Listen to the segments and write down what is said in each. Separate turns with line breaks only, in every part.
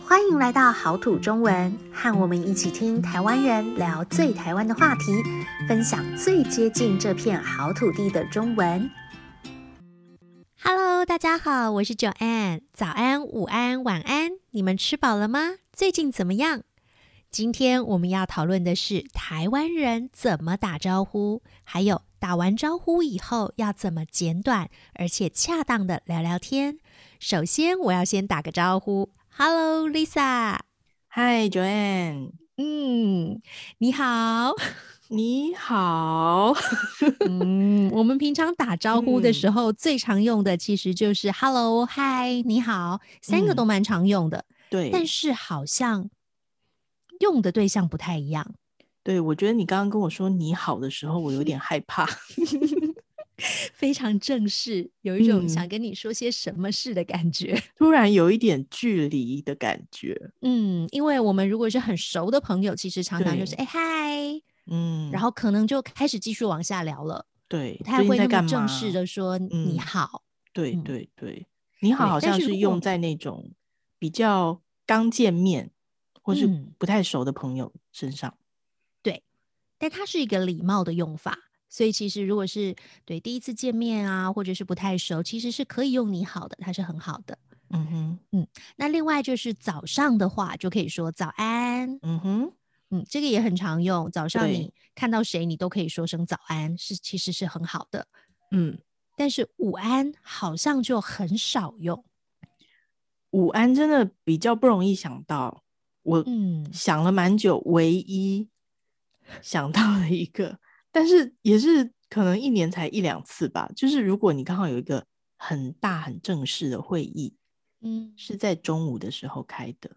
欢迎来到好土中文，和我们一起听台湾人聊最台湾的话题，分享最接近这片好土地的中文。Hello，大家好，我是 Joanne。早安、午安、晚安，你们吃饱了吗？最近怎么样？今天我们要讨论的是台湾人怎么打招呼，还有打完招呼以后要怎么简短而且恰当的聊聊天。首先，我要先打个招呼，Hello Lisa，
嗨，Joanne，
嗯，你 好，
你好，
嗯，我们平常打招呼的时候、最常用的其实就是 Hello、Hi、你好，三个
嗯
都蛮常用的，
对，
但是好像用的对象不太一 样。
对我觉得你刚刚跟我说你好的时候，我有点害怕。
非常正式，有一种
嗯
想跟你说些什么事的感觉。
突然有一点距离的感觉。
嗯，因为我们如果是很熟的朋友，其实常常就是哎
对
嗨、
嗯，
然后可能就开始继续往下聊了，
对，
不太
最近
会
在
那
干
么
嘛
正式的说你
嗯
好。
对
嗯
对对，你好
对
好
但
像
是如
是用
果
在那种比较刚见面或是
嗯
不太熟的朋友身上。
但它是一个礼貌的用法，所以其实如果是对第一次见面啊，或者是不太熟，其实是可以用你好的，它是很好的。
嗯哼，
那另外就是早上的话，就可以说早安，
嗯哼，
嗯，这个也很常用。早上
对
你看到谁，你都可以说声早安，是其实是很好的。
嗯，
但是午安好像就很少用。
午安真的比较不容易想到，我
嗯
想了蛮久，唯一想到了一个，但是也是可能一年才一两次吧。就是如果你刚好有一个很大很正式的会议，
嗯，
是在中午的时候开的，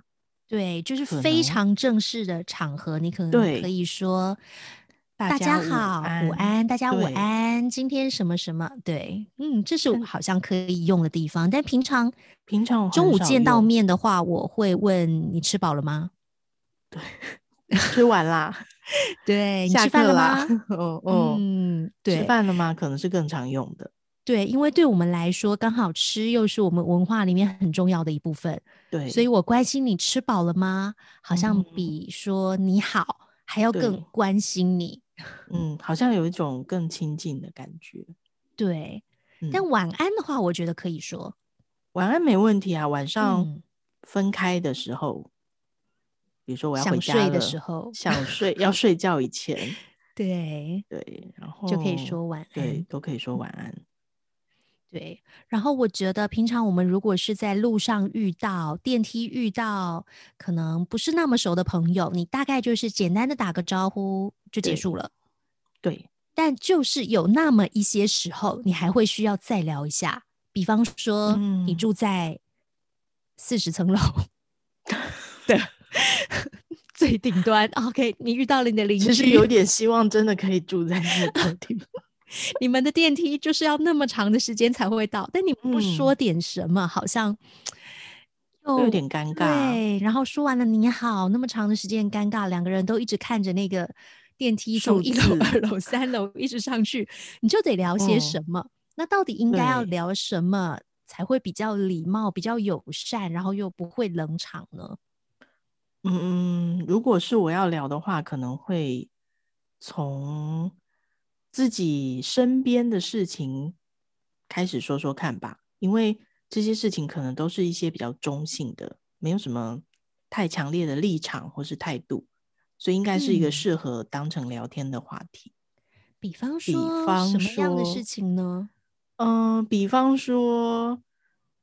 对，就是
可
非
能
常正式的场合，你可能
对
可以说
大
家
家午
好，午
安
安，大家午
对
安，今天什么什么，对，嗯，这是
但
好像可以用的地方。但平常
平常我
中
很
午
少
见到
用
面的话，我会问你吃饱了吗？
吃 完啦，
对，哎你
下
吃饭了
课啦
吗？，
嗯嗯，
嗯，对，
吃饭了吗？可能是更常用的，
对，因为对我们来说，刚好吃又是我们文化里面很重要的一部分，
对，
所以我关心你吃饱了吗，好像
嗯
比说你好还要更
对
关心你。
嗯，好像有一种更亲近的感觉。
对，
嗯、
但晚安的话，我觉得可以说，
晚安没问题啊，晚上
嗯
分开的时候，比如说我要
想
回家
睡的
了
时候
想睡要睡觉以前，
对，
对，然后
就可以说晚
哦对，
安。
都可以说晚安。
对，然后我觉得平常我们如果是在路上遇到、电梯遇到，可能不是那么熟的朋友，你大概就是简单的打个招呼就结
对
束了。
对，
但就是有那么一些时候，你还会需要再聊一下。比方说，你
嗯
住在四十 层楼的 最顶端，OK，你遇到了你的邻
其实
居，
有点希望真的可以住 在那个地方。
你们的电梯就是要那么长的时间才会到，但你不说点什么，好像
嗯会有
又
点尴尬，
哦
啊
对。然后说完了你好，那么长的时间尴尬，两个人都一直看着那个电梯从
数
一楼、
字
二楼、三楼一直上去，你就得聊些
嗯
什么？那到底应该要
对
聊什么才会比较礼貌、比较友善，然后又不会冷场呢？
嗯嗯，如果是我要聊的话，可能会从自己身边的事情开始说说看吧，因为这些事情可能都是一些比较中性的，没有什么太强烈的立场或是态度，所以应该是
嗯
一个适合当成聊天的话题。
比方
比
说
方
什么样的事
说
情呢？
嗯、比方说，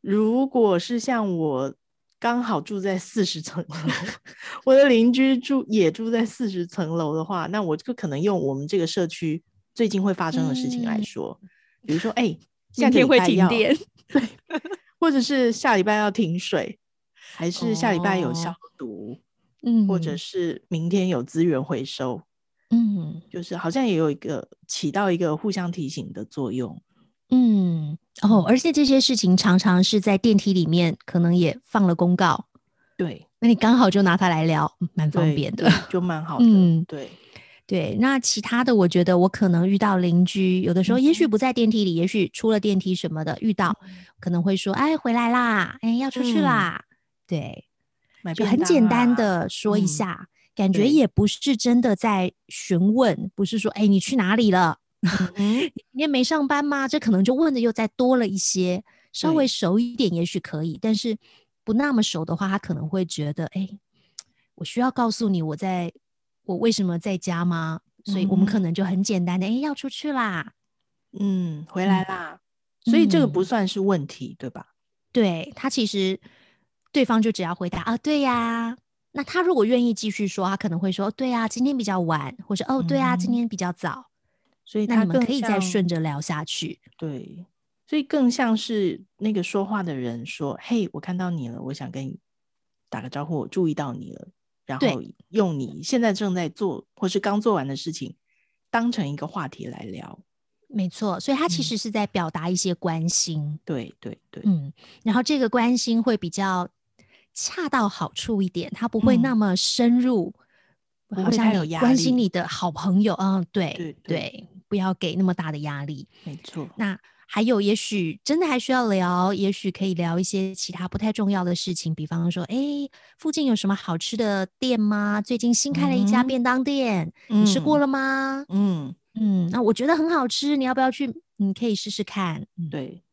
如果是像我刚好住在四十层楼， 我的邻居住也住在四十层楼的话，那我就可能用我们这个社区最近会发生的事情来
嗯
说，比如说，哎、下
今
个
天
礼
会
拜
停
要，
电，
或者是下礼拜要停水，还是下礼拜有消
哦
毒，
嗯，
或者是明天有资源回收，
嗯。
就是好像也有一个起到一个互相提醒的作用。
嗯，哦，
嗯
而且这些事情常常是在电梯里面，可能也放了公告，
对，
那你刚好就拿它来聊，嗯蛮方
对
便的
对。就蛮好的。
嗯
对。
对，那其他的，我觉得我可能遇到邻居，有的
嗯
时候也许不在电梯里，也许出了电梯什么的，遇到可能会说：“哎，回来啦，哎，要出去
嗯
啦。对，
买
就
便
很
当
简单
啊
的说一
嗯
下，感觉
对
也不是真的在询问，不是说哎、你去哪里了，
嗯
你今天没上班吗？这可能就问的又再多了一些，稍微
对
熟一点也许可以，但是不那么熟的话，他可能会觉得哎、我需要告诉你我在我为什么在家吗？所以我们可
嗯
能就很简单的哎、要出去啦，
嗯，回
嗯
来啦。所以这个不
嗯
算是问题，对吧？
对他其实对方就只要回答啊，对呀。那他如果愿意继续说，他可能会说，对呀，今天比较晚，或者哦，对呀，今
嗯
天比较早。
所以
那
它
你们
更
可以再
像
顺着聊下去。
对，所以更像是那个说话的人说：“嘿，我看到你了，我想跟你打个招呼，我注意到你了。”然
对
后用你现在正在做或是刚做完的事情，当成一个话题来聊。
没错，所以他其
嗯
实是在表达一些关心，
对对对，
嗯然后这个关心会比较恰到好处一点，他不会
嗯
那么深入，
不
好
会太
像
有
你
压
关心
力
你的好朋友，嗯，对
对对
不要给那么大的压力。
没错。
那还有，也许真的还需要聊，也许可以聊一些其他不太重要的事情，比方说，哎，附近有什么好吃的店吗？最近新开了一家
嗯
便当店，你吃过
嗯
了吗？
嗯，
嗯，那我觉得很好吃，你要不要去？你可以试试看。嗯，
对，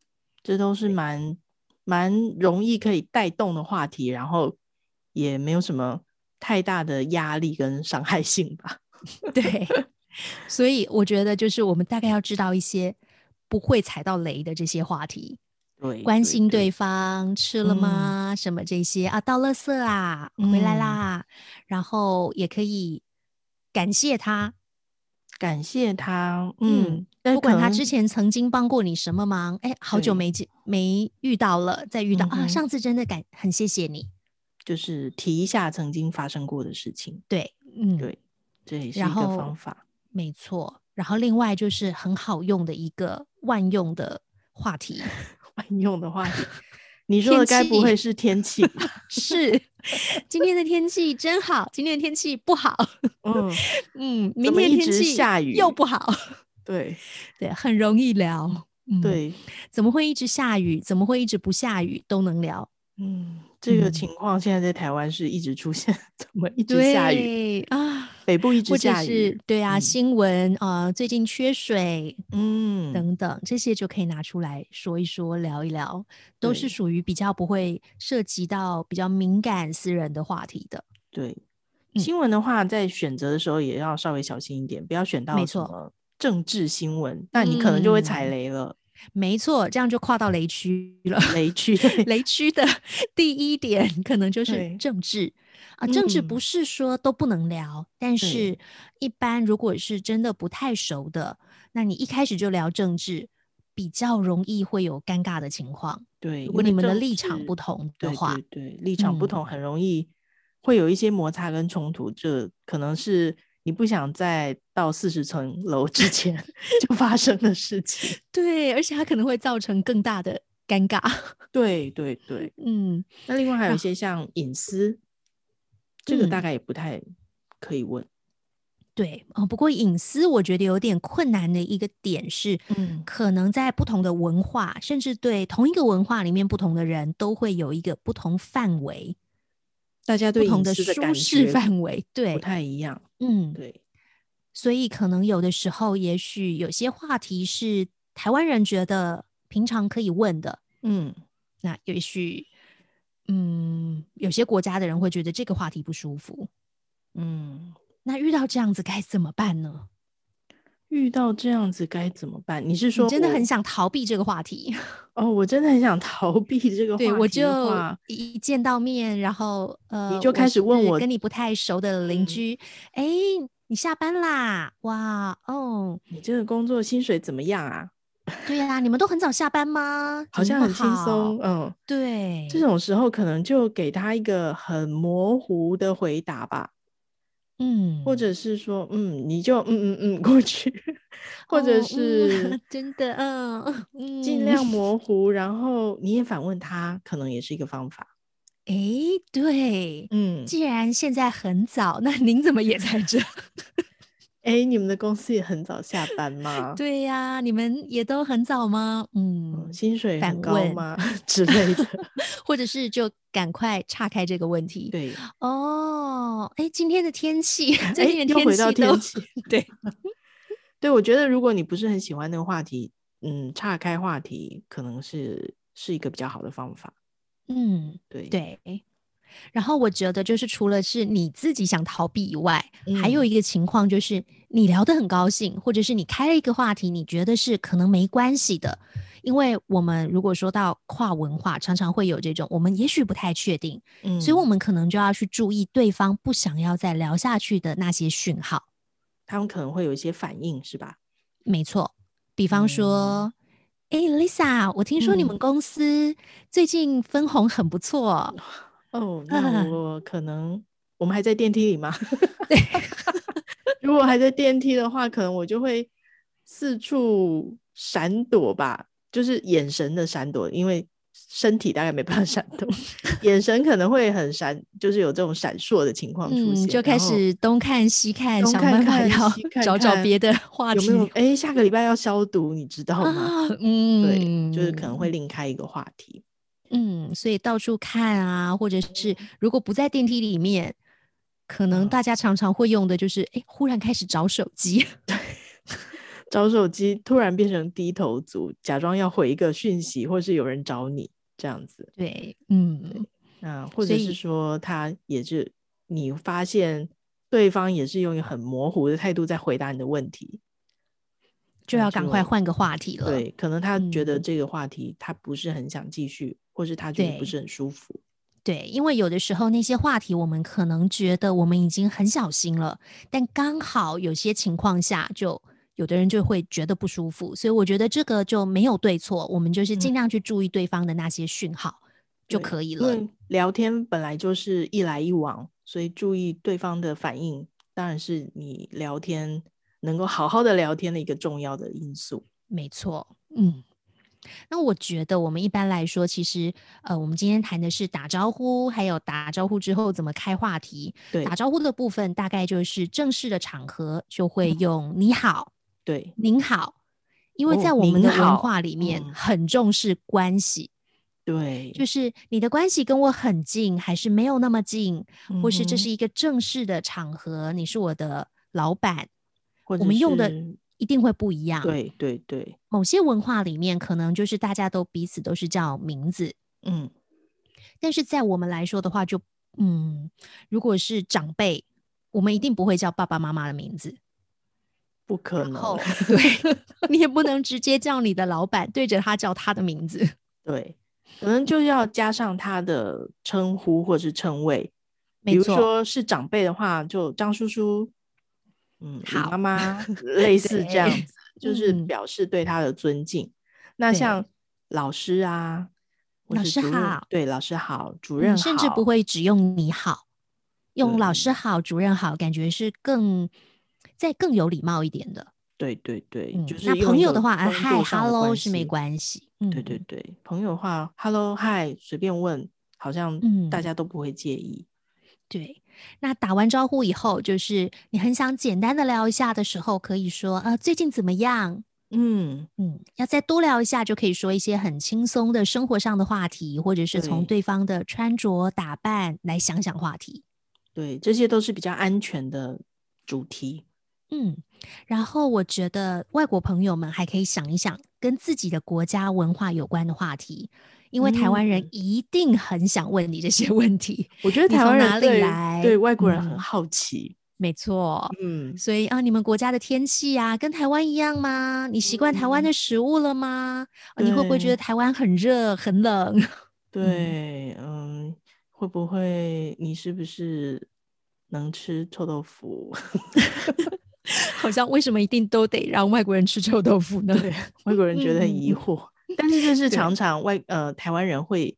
这都是蛮蛮容易可以带动的话题，然后也没有什么太大的压力跟伤害性吧。
对，所以我觉得就是我们大概要知道一些不会踩到雷的这些话题，
对，
关
对
心对
对
方吃了
嗯
吗？什么这些啊，倒垃圾啊，回来
嗯
啦，然后也可以感谢他，
感谢他，
嗯
嗯，但
不管
可
他
能
之前曾经帮过你什么忙，哎，好久
对
没见没遇到了，再遇到、
嗯
啊，
哼
上次真的感很谢谢你，
就是提一下曾经发生过的事情，
对，嗯，
对，这也是一
然
个
后
方法，
没错，然后另外就是很好用的一个万用的话题
万用的话题。 你说的
天
该不会
气
是天气吧？
是今天的天气真好，今天的天气不好，
嗯，
嗯，
怎
明
么
天的
一
天
直
气
下
又
雨
不好，
对
对，很容易聊。嗯，，
对，
怎么会一直下雨？怎么会一直不下雨？都能聊。
嗯，这个
嗯
情况现在在台湾是一直出现， 怎么一直下雨？
对啊，
北部一直
或者
下
是
雨，
对啊，
嗯
新闻啊、呃最近缺水
嗯，
等等，这些就可以拿出来说一说、聊一聊，都是
对
属于比较不会涉及到比较敏感私人的话题的。
对。
嗯
新闻的话，在选择的时候也要稍微小心一点，不要选到
没
什
错
么政治新闻，那你可能就会踩
嗯
雷了，
没错，这样就跨到雷区了。
雷区。
雷区的第一点可能就是
对
政治啊，政治不
嗯
是说都不能聊，但是一般如果是真的不太熟的，那你一开始就聊政治，比较容易会有尴尬的情况。
对，
如
因
果你
为
们的
政
立场不
治
同的
对
话，
对对，立场不
嗯
同，很容易会有一些摩擦跟冲突。这可能是你不想在到四十层楼之前 就发生的事 情。
对，而且它可能会造成更大的尴尬。
对对对，
嗯，
那另外还有
然
一些像隐私，这个大
嗯
概也不太可以问。
对哦。不过隐私我觉得有点困难的一个点是，
嗯
可能在不同的文化，甚至对同一个文化里面不同的人都会有一个不同范围、
大家
不
对
同
隐
的
私的
舒
感
适
觉
范围。
不
对，
太一样。
嗯，
对，
所以可能有的时候，也许有些话题是台湾人觉得平常可以问的，
嗯，
那也许，嗯，有些国家的人会觉得这个话题不舒服。
嗯，
那遇到这样子该怎么办呢？
遇到这样子该怎么办？你是
你
说
真的
我
很想逃避这个话题，
哦，我真的很想逃避这个
对
话
我
题的
就
话，
一一见到面，然后呃，
就开始问
是
我
跟你不太熟的邻
嗯
居，哎、你下班啦？哇，哦，
你这个工作薪水怎么样啊？
对呀、你们都很早下班吗？
好
怎么那
像很
么
轻
好
松，，嗯，
对，
这种时候可能就给他一个很模糊的回答吧，
嗯，
或者是说，嗯，你就嗯嗯 嗯过去，或者
哦
是
嗯、 真的，嗯嗯，
尽量模糊，然后你也反问他，可能也是一个方法。
哎，对，
嗯，
既然现在很早，那您怎么也在这？
哎、哎，你们的公司也很早下班 吗？
对呀、你们也都很早吗？嗯
嗯，薪水
反
很高
问
吗 之 类的？
或者是就赶快岔开这个问题。
对，
哦，哎，今天的天气， 最
哎
近的
又回到
气都
天气，
对，
对，我觉得如果你不是很喜欢那个话题，嗯，岔开话题可能是是一个比较好的方法。
嗯，
对，
对。然后我觉得，就是除了是你自己想逃避以外，还有
嗯
一个情况就是你聊得很高兴，或者是你开了一个话题，你觉得是可能没关系的，因为我们如果说到跨文化，常常会有这种我们也许不太确定，
嗯，
所以我们可能就要去注意对方不想要再聊下去的那些讯号。
他们可能会有一些反应，是吧？
没错，比方说，哎、l i s a 我听说你
嗯
们公司最近分红很不错，
哦，
啊
那我可能我们还在电梯里吗？ 对，如果还在电梯的话，可能我就会四处闪躲吧，就是眼神的闪躲，因为身体大概没办法闪 躲，眼神可能会很闪，就是有这种闪烁的情况出现，
嗯，就开
然后
始东看西看，
东
想
看
办法
看
要
西看
找找
看
别的话
有
题。
没有？哎，下个礼拜要消毒，你知道吗？
啊，嗯，
对，就是可能会，另开一个话题。
嗯，所以到处看啊，或者是如果不在电梯里面，可能
嗯
大家常常会用的就是，哎、忽然开始找手机，
找手机突然变成低头族，假装要回一个讯息，或是有人找你这样子。
对，嗯，
那或
所
者
以
是说，他也是你发现对方也是用一个很模糊的态度在回答你的问题，
就
那
要赶快
就
换个话题了。
对，可能他觉得
嗯
这个话题他不是很想继续，或是他觉得
对
不是很舒服。
对，因为有的时候那些话题，我们可能觉得我们已经很小心了，但刚好有些情况下就。有的人就会觉得不舒服，所以我觉得这个就没有对错，我们就是尽
嗯
量去注意对方的那些讯号、就
对嗯
可以
因
了。
为聊天本来就是一来一往，所以注意对方的反应，当然是你聊天能够好好的聊天的一个重要的因素。
没错，嗯。那我觉得我们一般来说，其实呃，我们今天谈的是打招呼，还有打招呼之后怎么开话题。
对
打招呼的部分大概就是正式的场合就会
嗯
用“你好”“
对，
您好”，因为
哦
在我们
您
的文
好
化里面
嗯
很重视关系，
对，
就是你的关系跟我很近还是没有那么近，或是这
嗯哼
是一个正式的场合，你是我的老板，
或
我
者
们用的嗯
是
一定会不一样。
对对对，
某些文化里面，可能就是大家都彼此都是叫名字，
嗯，
但是在我们来说的话就，嗯，如果是长辈，我们一定不会叫爸爸妈妈的名字，
不可
然后
能，
对 你也不能直接叫你的老板对着他叫他的名字，
对，可能就要加上他的称呼或是称谓，
没
比如
错，
说是长辈的话，就张叔叔，嗯，李
好
妈妈，类似这样
对
子， 就是
嗯
表示对他的尊敬。那
对
像老师啊，或
老
是
师
主任
好
对，老师好，主
嗯
任好，
甚至不会只用你好，用老
对
师好、主任好，感觉是更再更有礼貌一点的。
对对对，
嗯
就，是
那
用
朋
一
友
个
的话，啊
工
嗨
作上的
，hello
关
是没
系
关系，嗯，
对对对，朋友的话，hello hi，随便问，好像大
嗯
家都不会介意。
对，那打完招呼以后，就是你很想简单的聊一下的时候，可以说啊、呃最近怎么样？
嗯，
嗯，要再多聊一下，就可以说一些很轻松的生活上的话题，或者是从
对
对方的穿着打扮来想想话题。
对，这些都是比较安全的主题。
嗯，然后我觉得外国朋友们还可以想一想跟自己的国家文化有关的话题，因为台湾人
嗯
一定很想问你这些 问题。
我觉得
你
台
从
湾
哪
人
里
对
来
对外国人
嗯
很好奇。
没错，
嗯，
所以啊，你们国家的天气呀、跟台湾一样吗？你习惯台湾的食物了吗？啊、你会不会觉得
对
台湾很热很冷？
对，嗯，会不会你是不是能吃臭豆腐？
好像为什么一定都得让外国人吃臭豆腐呢？
对，外国人觉得
嗯
很
嗯
疑
嗯
惑，但是这是
对
常常外呃台湾人会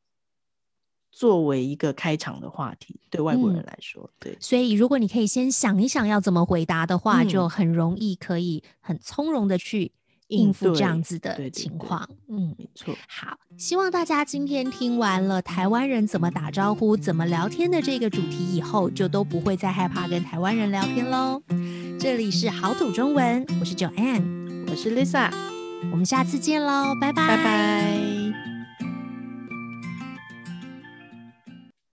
作为一个开场的话题，对外国人
嗯
来说，对。
所以，如果你可以先想一想要怎么回答的话，
嗯
就很容易可以很从容的去
应
应付这样
对
子的
对对
情
对
况。嗯，
没错，
好，希望大家今天听完了台湾人怎么打招呼、怎么聊天的这个主题以后，就都不会再害怕跟台湾人聊天喽。这里是好土中文，我是 Joanne，
我是 Lisa，
我们下次见喽，拜拜，
拜拜。